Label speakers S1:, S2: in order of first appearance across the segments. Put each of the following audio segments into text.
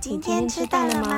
S1: 今天吃到了吗？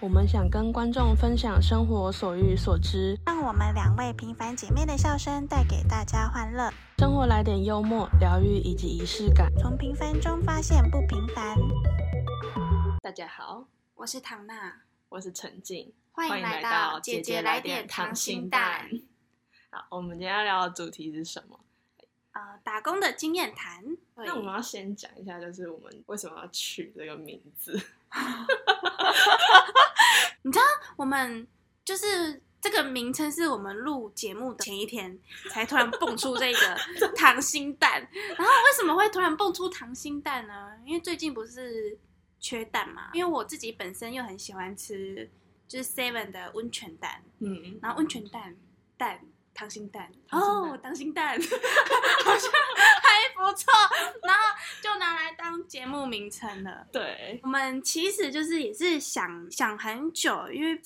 S2: 我们想跟观众分享生活所遇所知，
S1: 让我们两位平凡姐妹的笑声带给大家欢乐，
S2: 生活来点幽默、疗愈以及仪式感。
S1: 从平凡中发现不平凡。
S2: 大家好，
S1: 我是唐娜，
S2: 我是陈静，
S1: 欢迎来到姐姐来点糖心蛋。
S2: 好，我们今天要聊的主题是什么？
S1: 呃，打工的经验谈。
S2: 那我们要先讲一下，就是我们为什么要取这个名字？
S1: 你知道，我们就是这个名称是我们录节目的前一天才突然蹦出这 个糖心蛋。然后为什么会突然蹦出糖心蛋呢？因为最近不是缺蛋嘛，因为我自己本身又很喜欢吃就是 Seven 的温泉蛋，
S2: 嗯，
S1: 然后温泉蛋蛋溏心蛋
S2: 溏心蛋
S1: 哦，溏心蛋 好像还不错，然后就拿来当节目名称了。
S2: 对，
S1: 我们其实就是也是想想很久，因为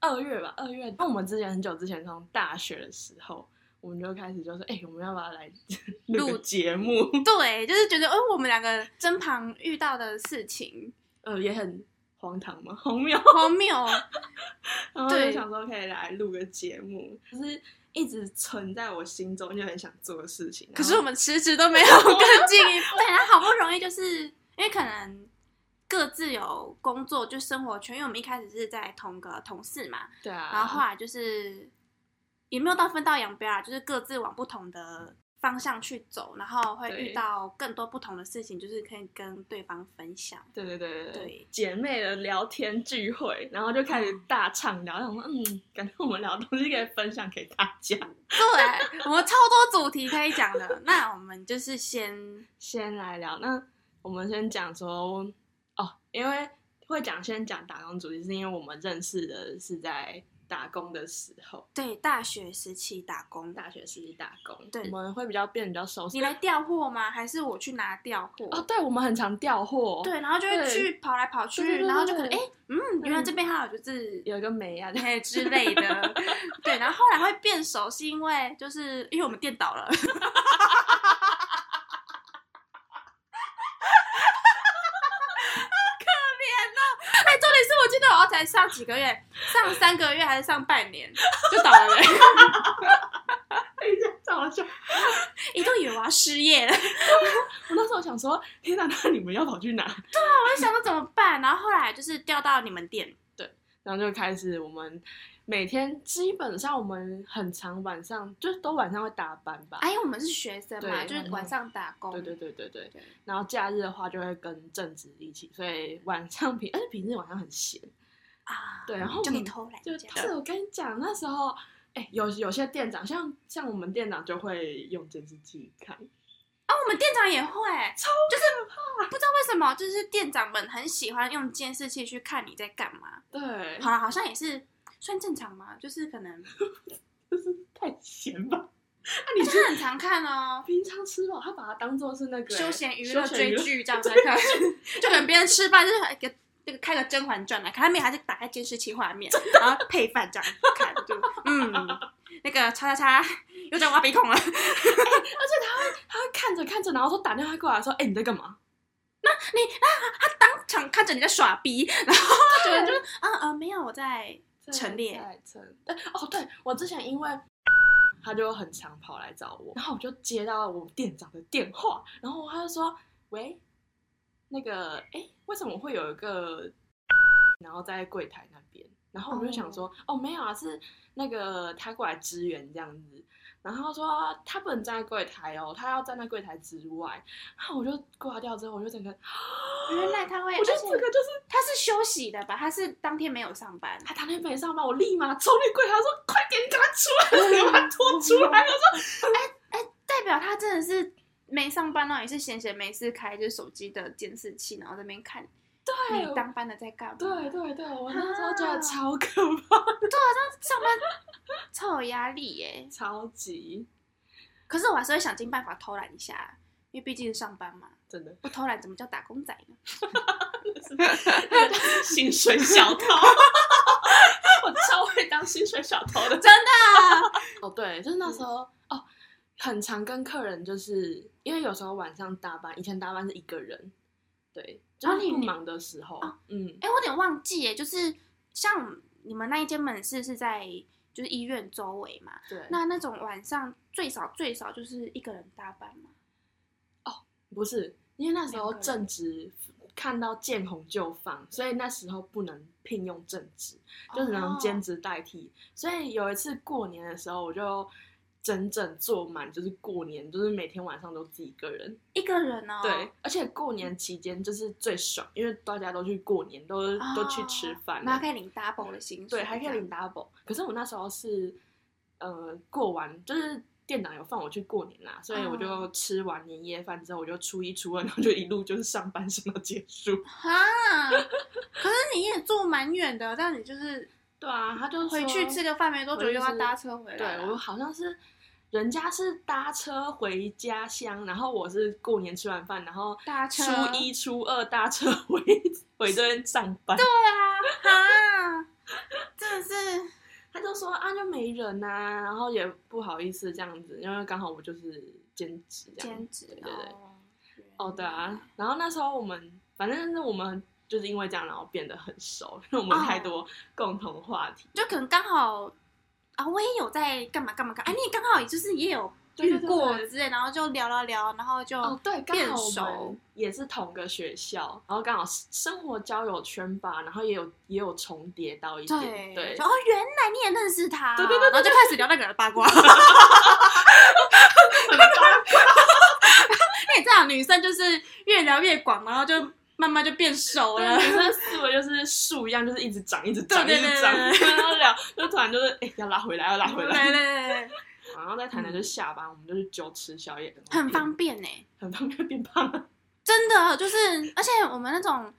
S2: 二月吧，二月。那我们之前很久之前，从大学的时候，我们就开始就说，哎、我们要不要来录
S1: 录
S2: 个节目？
S1: 对，就是觉得哦，我们两个身旁遇到的事情
S2: 呃，也很荒唐嘛，荒谬。
S1: 荒谬，哦
S2: 然后就
S1: 对
S2: 想说可以来录个节目，就是一直存在我心中就很想做的事情。
S1: 可
S2: 然
S1: 是
S2: 后
S1: 我们迟迟都没 有更进一步。对，然后好不容易就是因为可能各自有工作，就生活圈，因为我们一开始是在同个同事嘛，
S2: 对啊，
S1: 然后后来就是也没有到分道扬镳啊，就是各自往不同的方向去走，然后会
S2: 对
S1: 遇到更多不同的事情，就是可以跟对方分享。
S2: 对对对对
S1: 对
S2: 姐妹的聊天聚会，然后就开始大畅聊，想说嗯，感觉我们聊的东西可以分享给大家。
S1: 对，我们超多主题可以讲的。那我们就是先
S2: 先来聊，那我们先讲说哦，因为会讲先讲打工主题，是因为我们认识的是在打工的时候，
S1: 对大学时期打工，
S2: 大学时期打工，
S1: 对
S2: 我们会比较变得比较熟悉。
S1: 你来调货吗？还是我去拿调货？
S2: 哦，对，我们很常调货，，
S1: 对，然后就会
S2: 对
S1: 去跑来跑
S2: 对对
S1: 去，
S2: 对
S1: 然后就可能
S2: 对
S1: 哎，诶嗯，原来这边还有就是
S2: 有一个美啊，
S1: 嘿之类 的，对，然后后来会变熟，是因为就是因为我们电倒了，哎，重点是我记得我才上几个月，上三个月还是上半年就倒了、欸，
S2: 哎呀，这好笑。
S1: 一度以为我要失业了，
S2: 我那时候想说，天哪，那你们要跑去哪？
S1: 我就想说怎么办，然后后来就是调到你们店，
S2: 然后就开始我们每天基本上我们很长晚上就是都晚上会打班吧。
S1: 哎，因为我们是学生嘛，
S2: 对
S1: 就是晚上打工，
S2: 对对对对对
S1: 嗯对，
S2: 然后假日的话就会跟正职一起，所以晚上平，而且平日晚上很闲，
S1: 啊，
S2: 对然后
S1: 就可以
S2: 我们
S1: 偷懒这
S2: 就
S1: 样，
S2: 是我跟你讲那时候，哎、有有些店长像像我们店长就会用监视器看，
S1: 啊，我们店长也会，
S2: 超
S1: 就是不知道为什么，就是店长们很喜欢用监视器去看你在干嘛。
S2: 对，
S1: 好了，好像也是算正常嘛，就是可 能
S2: 太闲吧？
S1: 你是很常看哦，
S2: 平常吃肉，他把它当做是那个、
S1: 休闲娱乐
S2: 休闲
S1: 追
S2: 娱乐
S1: 剧 这样在看，就可能别人吃饭就是一个那个开个《甄嬛传》来啊看，他们也还是打开监视器画面，然后配饭这样看，就嗯，那个叉叉叉又在挖鼻孔了。
S2: 他会看着看着，然后说打电话过来说：“哎、你在干嘛
S1: 你啊，他当场看着你在耍逼， 然后就觉得就是啊啊、呃没有我在。？”陈列
S2: 在陈，对哦，对我之前因为他就很常跑来找我，然后我就接到我店长的电话，然后他就说：“喂，那个哎、为什么会有一个？”然后在柜台那边，然后我就想说：“哦没有啊，是那个他过来支援这样子。”然后他说他不能站在柜台哦，他要站在柜台之外。然后我就挂掉之后，我就整个，
S1: 原来他会，
S2: 我觉得
S1: 哎而且
S2: 这个就是
S1: 他是休息的吧？他是当天没有上班。
S2: 他当天没上班，我立马冲进柜台说：“快点，你赶快
S1: 嗯
S2: 出来，你把他拖出来！”我说
S1: 代表他真的是没上班，然后也是闲闲没事开就是手机的监视器，然后在那边看
S2: 对
S1: 嗯你当啊班的在干嘛。：“
S2: 哎对对对，我那时候觉得超可怕，
S1: 上班超有压力耶。
S2: 超级
S1: 可是我还是会想尽办法偷懒一下，因为毕竟是上班嘛，
S2: 真的
S1: 不偷懒怎么叫打工仔呢？
S2: 薪水小偷，我超会当薪水小偷的。
S1: 真的，啊
S2: 哦，对，就是那时候、哦，很常跟客人就是因为有时候晚上搭班，以前搭班是一个人，对，就是
S1: 啊你
S2: 不
S1: 你
S2: 忙的时候，
S1: 哦
S2: 嗯，
S1: 哎、我有点忘记耶，就是像你们那一间门市是在就是医院周围嘛，
S2: 对，
S1: 那那种晚上最少最少就是一个人搭班嘛。
S2: 不是因为那时候
S1: 两个人
S2: 正值看到见红就放，所以那时候不能聘用正职，就只能兼
S1: 哦
S2: 职代替。所以有一次过年的时候，我就整整做满，就是过年，就是每天晚上都自己一个人。
S1: 一个人哦。
S2: 对，而且过年期间就是最爽，因为大家都去过年，都、
S1: 哦，
S2: 都去吃饭了，
S1: 然后可以领 double 的薪水，
S2: 对，还可以领 double。可是我那时候是，呃，过完就是店长有放我去过年啦，所以我就
S1: 嗯
S2: 吃完年夜饭之后，我就初一初二，然后就一路就是上班上到结束。
S1: 哈。可是你也住蛮远的，这样你就是
S2: 对啊，他就
S1: 回
S2: 说
S1: 去吃个饭没多久
S2: 我
S1: 又
S2: 就是
S1: 要搭车回来
S2: 对
S1: 了。
S2: 我好像是。人家是搭车回家乡，然后我是过年吃完饭，然后
S1: 搭车
S2: 初一初二搭车回 回这边上班。
S1: 对啊，哈， 真的是
S2: 他就说啊，就没人呐、啊，然后也不好意思这样子，因为刚好我就是兼职这样
S1: 兼职
S2: 对对对
S1: 哦。
S2: 哦，对啊，然后那时候我们反正是我们就是因为这样，然后变得很熟，因为我们
S1: 哦
S2: 太多共同话题。
S1: 就可能刚好啊，我也有在干嘛干嘛干，哎、你也刚好也就是也有
S2: 对
S1: 遇
S2: 对对
S1: 过
S2: 对
S1: 之类，然后就聊聊聊，然后就、
S2: 哦，对，刚
S1: 变
S2: 好我
S1: 熟
S2: 们也是同个学校，然后刚好生活交友圈吧，然后也有也有重叠到一点，
S1: 对
S2: 对
S1: 就，哦，原来你也认识他哦，
S2: 对对对
S1: 然
S2: 对
S1: 后就开始聊那个人的八卦。 因为这样女生就是越聊越广，然后就慢慢就变熟了
S2: 女。生思维就是树一样，就是一直长，一直长，一
S1: 对对
S2: 直长，
S1: 对对
S2: 然后聊，就突然就是哎、要拉回来，要拉回
S1: 对
S2: 来。
S1: 对对，对
S2: 然后在台南就下班，我们就去就吃宵夜，
S1: 很方
S2: 便，
S1: 便呢、
S2: 很方便变胖了。
S1: 真的就是，而且我们那种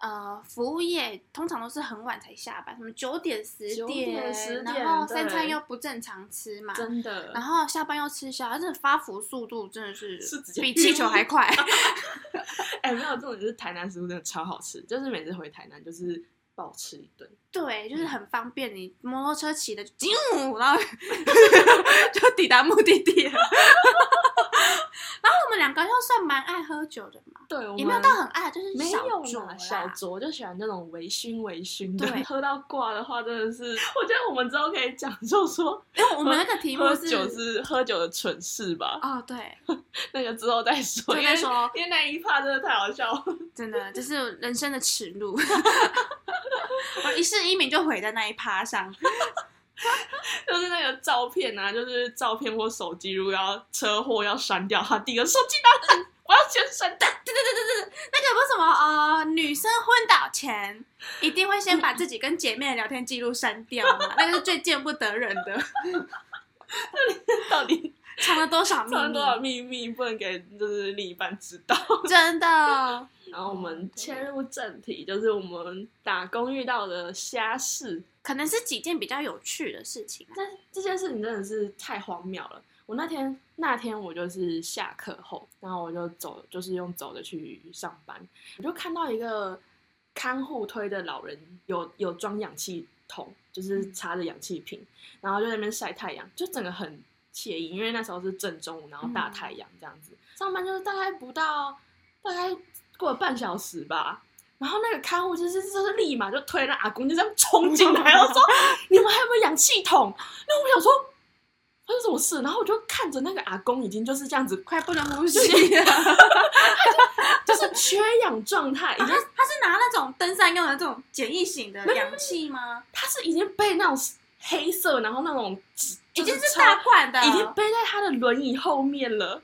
S1: 呃服务业通常都是很晚才下班，什么九点十
S2: 9点10点
S1: 然后三餐
S2: 对
S1: 又不正常吃嘛，
S2: 真 的，
S1: 然后下班又吃宵夜，真的发福速度真的是
S2: 是直接
S1: 比气球还快。
S2: 哎、没有，这种就是台南食物真的超好吃，就是每次回台南就是暴吃一顿。
S1: 对，
S2: 嗯
S1: 就是很方便，你摩托车骑的就啾，然后 就抵达目的地了。然后我们两个又算蛮爱喝酒的嘛，
S2: 对，我
S1: 也没有到很爱，就是
S2: 没
S1: 小
S2: 有
S1: 酌
S2: 啦
S1: 啦
S2: 小酌就喜欢那种微醺微醺的
S1: 对，
S2: 喝到挂的话真的是，我觉得我们之后可以讲，就说
S1: 因为我们那个题目
S2: 喝
S1: 是
S2: 酒是喝酒的蠢事吧，
S1: 哦，对，
S2: 那个之后再说，
S1: 就
S2: 因
S1: 在
S2: 为
S1: 说
S2: 因为那一趴真的太好笑了。
S1: 真的就是人生的耻辱。 我一世英名就毁在那一趴上，
S2: 就是那个照片啊，就是照片或手机，如果要车祸要删掉，他第一个手机拿着， 我要先删
S1: 那
S2: 掉。
S1: 个不是什么呃，女生昏倒前一定会先把自己跟姐妹的聊天记录删掉嘛，那个是最见不得人的，
S2: 到底
S1: 藏了 多少秘
S2: 藏了
S1: 密？
S2: 多少秘密不能给就是另一半知道？
S1: 真的，
S2: 然后我们切入正题，就是我们打工遇到的虾事。
S1: 可能是几件比较有趣的事情啊、
S2: 但这件事情真的是太荒谬了。我那天那天我就是下课后，然后我就走，就是用走的去上班，我就看到一个看护推的老人有有装氧气筒，就是插着氧气瓶，然后就在那边晒太阳，就整个很惬意，因为那时候是正中午，然后大太阳这样子。上班就是大概不到大概过了半小时吧，然后那个看护就是就是立马就推了阿公，就这样冲进来，然后说：“你们还有没有氧气筒？”那我想说发生什么事，然后我就看着那个阿公已经就是这样子，
S1: 快不能呼吸了。
S2: 就是缺氧状态，已
S1: 他
S2: 经
S1: 他是拿那种登山用的这种简易型的氧气吗？
S2: 他是已经被那种黑色，然后那种纸
S1: 已经
S2: 就是是
S1: 大
S2: 超
S1: 罐的，
S2: 已经背在他的轮椅后面了。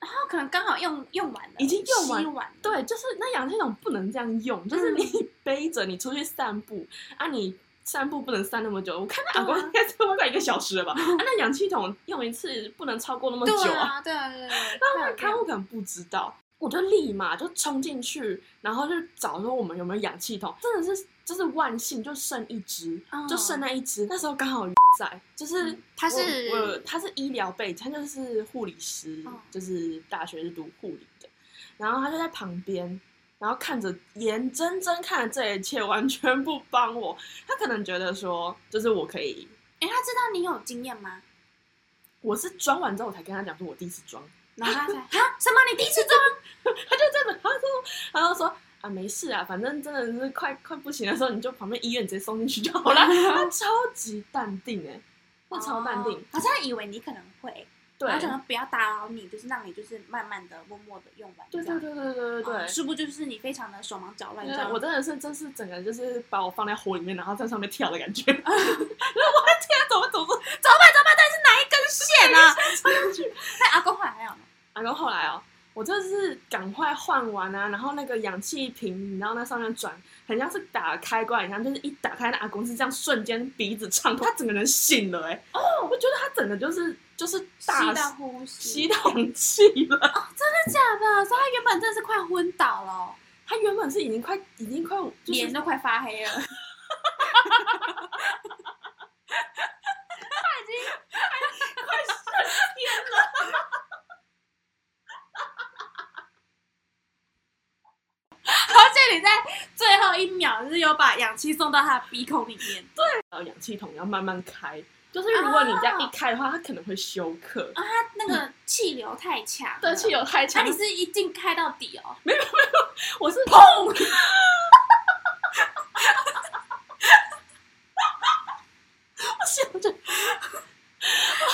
S1: 然后可能刚好用用完了，
S2: 已经用完
S1: 吸完了，
S2: 对，就是那氧气筒不能这样用，
S1: 嗯
S2: 就是你 背着你出去散步啊，你散步不能散那么久。我看那阿公
S1: 对啊
S2: 应该差不多快一个小时了吧？啊，那氧气筒用一次不能超过那么
S1: 对
S2: 久
S1: 啊，对啊，对啊对啊。
S2: 那
S1: 快
S2: 那
S1: 有
S2: 看
S1: 量
S2: 护可能不知道，我就立马就冲进去，然后就找说我们有没有氧气筒。真的是就是万幸，就剩一只，
S1: 嗯
S2: 就剩那一只。那时候刚好在，就是我、
S1: 嗯他是
S2: 我有他是医疗背景，他就是护理师，
S1: 哦
S2: 就是大学是读护理的，然后他就在旁边。然后看着眼睁睁看着这一切，完全不帮我。他可能觉得说，就是我可以，
S1: 哎，他知道你有经验吗？
S2: 我是装完之后我才跟他讲说，我第一次装，
S1: 然后他才哈什么？你第一次做？
S2: 他就真的，他就他就说，啊没事啊，反正真的是快快不行的时候，你就旁边医院直接送进去就好 了。他超级淡定哎、他超淡定，
S1: 哦好像以为你可能会，
S2: 对
S1: 然后想说不要打扰你，就是让你就是慢慢的、默默的用完，
S2: 对
S1: 这样
S2: 对对对对对对
S1: 哦。殊不知就是你非常的手忙脚乱，这
S2: 就是
S1: 样
S2: 我真的是，真是整个就是把我放在火里面，然后在上面跳的感觉。 就是我的天啊，怎么
S1: 怎
S2: 怎么
S1: 么办？怎么办？到底是哪一根线啊？哎那阿公后来还有吗？
S2: 然后后来哦，我就是赶快换完啊，然后那个氧气瓶，你知道那上面转，很像是打开关一样，就是一打开，那阿公是这样瞬间鼻子畅通，他整个人醒了哎、哦，我觉得他整个就是就是大
S1: 吸到呼吸，
S2: 吸到氧气了。
S1: 真的假的？所以他原本真的是快昏倒了哦，
S2: 他原本是已经快已经快就
S1: 脸
S2: 是
S1: 都快发黑了。然后这里在最后一秒，就是有把氧气送到他的鼻孔里面
S2: 呃氧气筒要慢慢开，就是如果你这样一开的话，它可能会休克。
S1: 啊，他那个气流太强，
S2: 对，气，流太
S1: 那
S2: 强
S1: 你，是一进开到底哦，
S2: 我是砰。 我想着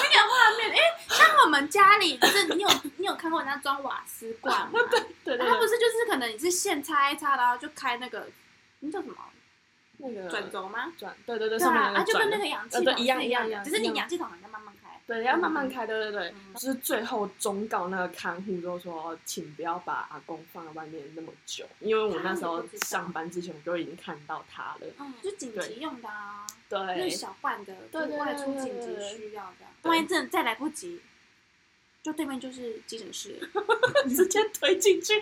S1: 那个画面，哎，像我们家里，就是你有你有看过人家装瓦斯罐吗？
S2: 对对
S1: 它不
S2: 对，
S1: 是就是可能你是线插一插，然后就开那个那叫什么
S2: 那个
S1: 转轴吗？
S2: 转，对对
S1: 对
S2: 对，上面
S1: 啊，
S2: 那
S1: 啊就
S2: 个
S1: 跟
S2: 转的
S1: 那，个氧气
S2: 呃对
S1: 筒
S2: 一样
S1: 是
S2: 一
S1: 一
S2: 样
S1: 样
S2: 一样
S1: 的，只是
S2: 一
S1: 你
S2: 样
S1: 氧气筒你要慢慢开。
S2: 对，要慢慢
S1: 嗯
S2: 开，对对对，
S1: 嗯
S2: 就是最后忠告那个看护就说，请不要把阿公放在外面那么久，因为我那时
S1: 他啊
S2: 候
S1: 也不知道
S2: 上班之前我就已经看到他了，
S1: 嗯，就紧急
S2: 对
S1: 用的啊，就是
S2: 对，
S1: 小罐的，
S2: 对
S1: 就是
S2: 对
S1: 外
S2: 对
S1: 出
S2: 对
S1: 紧
S2: 对
S1: 急
S2: 对
S1: 需要这样。
S2: 对
S1: 万一真的再来不及，就对面就是急诊室。
S2: 直接推 进去，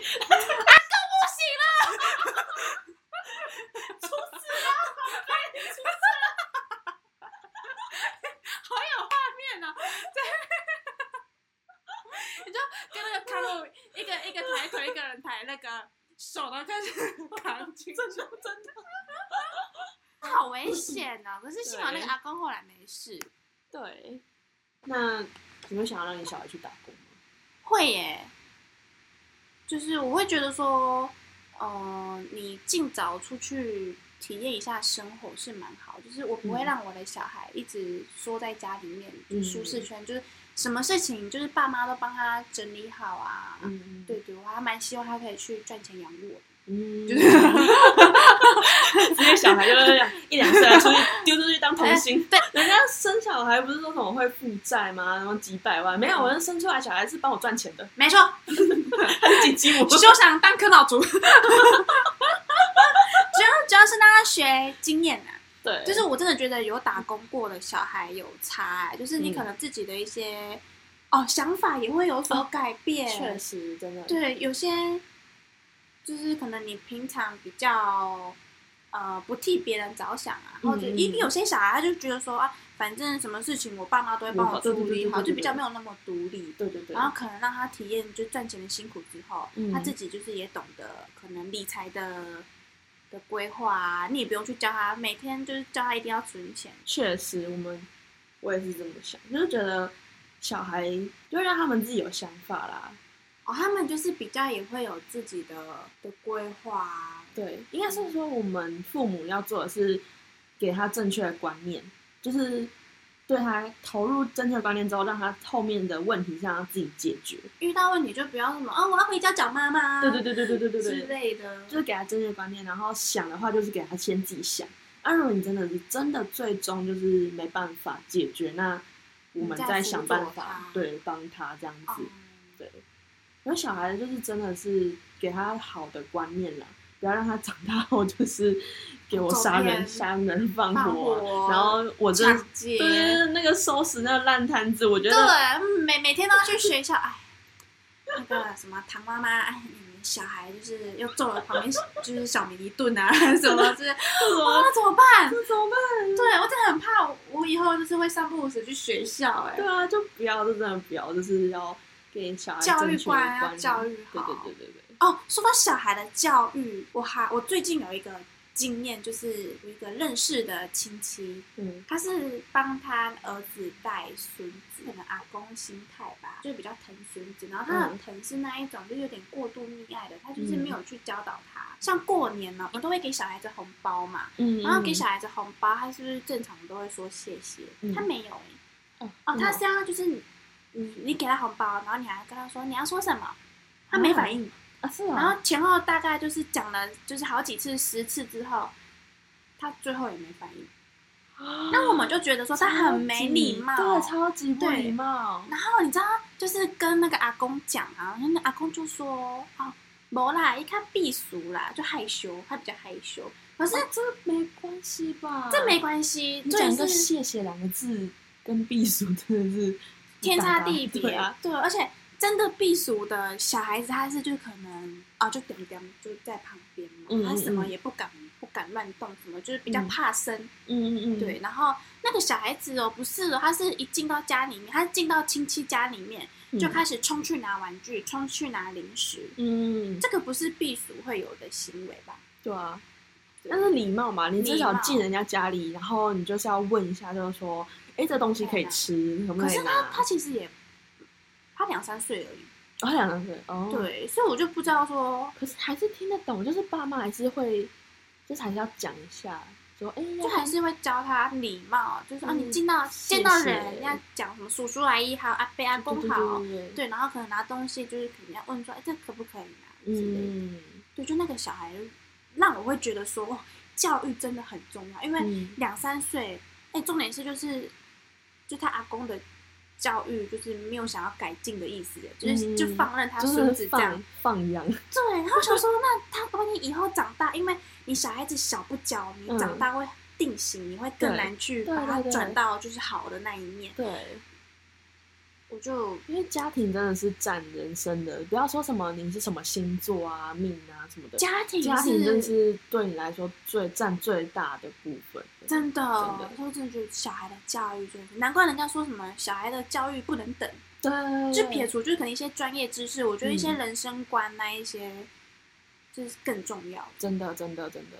S1: 你就跟那个看护一个一个抬腿，一个人抬那个手，然后 开始扛
S2: 真
S1: 进
S2: 的真的，
S1: 好 危险哦！可是幸好那个阿公后来没事。
S2: 对，那你们想要让你小孩去打工吗？
S1: 会耶，就是我会觉得说，呃，你尽早出去体验一下生活是蛮好，就是我不会
S2: 嗯
S1: 让我的小孩一直缩在家里面，就
S2: 嗯
S1: 是舒适圈，就是什么事情就是爸妈都帮他整理好啊。
S2: 嗯，
S1: 对对，我还蛮希望他可以去赚钱养我。
S2: 嗯，就是 直接小孩就是这样一两岁啊出去丢出去当童星。
S1: 对，
S2: 人家生小孩不是说什么会负债吗？然后几百万没有，我生出来小孩是帮我赚钱的，
S1: 没 错，
S2: 他是紧 急我。
S1: 休想当啃老族。 主要主要是让他学经验啊。
S2: 对，
S1: 就是我真的觉得有打工过的小孩有差、欸，就是你
S2: 嗯
S1: 可能自己的一些、哦想法也会有所改变。
S2: 哦确实真的，
S1: 对，有些就是可能你平常比较呃不替别人着想啊，
S2: 嗯
S1: 或者因为有些小孩他就觉得说啊，反正什么事情我爸妈都会帮我
S2: 我对对
S1: 处理
S2: 对对
S1: 好，
S2: 对
S1: 就比较没有那么独立。
S2: 对对对
S1: 然，后可能让他体验就赚钱的辛苦之后，
S2: 嗯
S1: 他自己就是也懂得可能理财的的规划啊，你也不用去教他，每天就是教他一定要存钱。
S2: 确实我们我也是这么想，就是觉得小孩就让他们自己有想法啦。
S1: 哦，他们就是比较也会有自己的的规划啊。
S2: 对，应该是说我们父母要做的是给他正确的观念，就是对他投入正确的观念之后，让他后面的问题是让他自己解决。
S1: 遇到问题就不要什么啊、我要回家找妈妈，
S2: 对对对对对对
S1: 之
S2: 对对，
S1: 类啊的。
S2: 就是给他正确的观念，然后想的话就是给他先自己想。啊，如果你真的是真的最终就是没办法解决，那我们
S1: 你再
S2: 再
S1: 辅
S2: 想
S1: 佐
S2: 办
S1: 他
S2: 法对帮他这样子。
S1: 嗯
S2: 对，然后小孩就是真的是给他好的观念啦，不要让他长大后就是给我
S1: 走
S2: 杀人、
S1: 偏
S2: 杀人放
S1: 放
S2: 火啊，
S1: 火
S2: 然后我真的
S1: 抢劫，
S2: 对对对那个收拾那个烂摊子，我觉
S1: 对，
S2: 得
S1: 嗯每每天都要去学校，哎，那个什么唐妈妈，哎，你们小孩就是又揍了旁边就是小明一顿啊， 什么之类，
S2: 这怎
S1: 哇，
S2: 么
S1: 那怎么办？
S2: 这怎么办？
S1: 对我真的很怕，我以后就是会三不五时去学校、哎，
S2: 对啊，就不要，就真的不要，就是要给小孩
S1: 教育
S2: 正确的
S1: 观
S2: 观
S1: 要
S2: 念，
S1: 教育
S2: 对
S1: 好
S2: 对对对对，
S1: 哦，说到小孩的教育，我还我最近有一个经验，就是有一个认识的亲戚，
S2: 嗯
S1: 他是帮他儿子带孙子，可能阿公心态吧，就是比较疼孙子。然后
S2: 嗯
S1: 他很疼是那一种，就是有点过度溺爱的，他就是没有去教导他。像过年呢，我都会给小孩子红包嘛，
S2: 嗯
S1: 然后给小孩子红包，他是不是正常都会说谢谢？
S2: 嗯
S1: 他没有欸
S2: 哦
S1: 哦，他是要就是你你你给他红包，然后你还跟他说你要说什么，
S2: 哦
S1: 他没反应。
S2: 啊是啊，
S1: 然后前后大概就是讲了就是好几次十次之后，他最后也没反应。
S2: 嗯
S1: 那我们就觉得说他很没礼貌，
S2: 对，超级不
S1: 对
S2: 礼貌。
S1: 然后你知道，就是跟那个阿公讲啊，那阿公就说：“哦，没啦，一看避俗啦，就害羞，他比较害羞。可是
S2: 啊这没关系吧？
S1: 这没关系，
S2: 嗯你
S1: 这
S2: 讲一
S1: 也
S2: 个“
S1: 是
S2: 谢谢”两个字，跟避暑真的是
S1: 天差地
S2: 对
S1: 别
S2: 啊。
S1: 对，而且真的避俗的小孩子，他是就可能啊，就点点就在旁边嘛，
S2: 嗯嗯
S1: 他什么也不敢不敢乱动，什么就是比较
S2: 嗯
S1: 怕生。
S2: 嗯嗯嗯，
S1: 对，，然后那个小孩子哦，不是哦，他是一进到家里面，他进到亲戚家里面。”就开始冲去拿玩具，冲去拿零食，
S2: 嗯，
S1: 这个不是避暑会有的行为吧？
S2: 对啊。
S1: 对
S2: 但是礼貌嘛，你至
S1: 礼
S2: 少
S1: 貌
S2: 进人家家里，然后你就是要问一下，就是说，哎、这东西可以吃，可不
S1: 啊可
S2: 以
S1: 是
S2: 拿？
S1: 他他其实也，他两三岁而已，
S2: 哦，两个人哦，，
S1: 对，所以我就不知道说，
S2: 可是还是听得懂，就是爸妈还是会，就是还是要讲一下，说，哎、
S1: 就还是会教他礼貌，就是说、啊，你
S2: 嗯
S1: 见到
S2: 谢
S1: 见到
S2: 谢
S1: 人要讲什么叔叔阿姨还有阿伯阿
S2: 要对
S1: 公
S2: 对
S1: 好，
S2: 对对对
S1: 对，然后可能拿东西就是可能要问说，哎，这可不可以拿之类的，
S2: 嗯
S1: 对，就那个小孩让我会觉得说，哇，教育真的很重要，因为。
S2: 嗯
S1: 两三岁，哎、重点是就是，就他阿公的教育就是没有想要改进的意思，就是、
S2: 嗯
S1: 就放任他孙
S2: 就是
S1: 子这样
S2: 放。放养，
S1: 对，然后我想说，那他万一以后长大，因为你小孩子小不教，你
S2: 嗯
S1: 长大会定型，你会更
S2: 对
S1: 难去
S2: 对
S1: 把
S2: 对
S1: 它
S2: 对
S1: 转到就是好的那一面。
S2: 对，
S1: 我就
S2: 因为家庭真的是占人生的，不要说什么你是什么星座啊、命啊什么的，
S1: 家庭
S2: 家庭真的
S1: 是
S2: 是对你来说最占最大的部分。
S1: 真的
S2: 真的，
S1: 我真的觉得小孩的教育就是，难怪人家说什么小孩的教育不能等。
S2: 对，
S1: 就撇除就是可能一些专业知识，我觉得一些
S2: 嗯
S1: 人生观那一些，就是更重 要。
S2: 真的真的真的，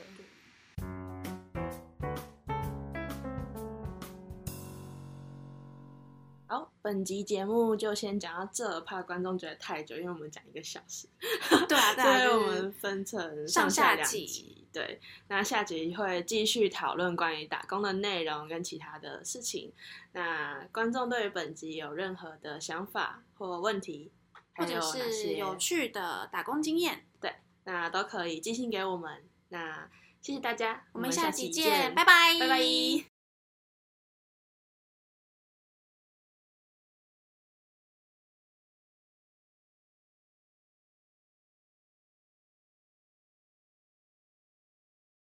S2: 好，本集节目就先讲到这，怕观众觉得太久，因为我们讲一个小时，
S1: 对啊，对
S2: 所
S1: 啊，
S2: 以
S1: 就是
S2: 我们分成
S1: 上
S2: 下
S1: 下
S2: 两
S1: 集
S2: 集。对，那下集会继续讨论关于打工的内容跟其他的事情。那观众对于本集有任何的想法或问题，
S1: 或
S2: 还
S1: 者
S2: 有哪
S1: 是
S2: 些
S1: 有趣的打工经验。
S2: 那都可以寄信给我们。那谢谢大家，
S1: 我们
S2: 下
S1: 下期
S2: 期
S1: 见，拜
S2: 拜
S1: 拜，
S2: 拜。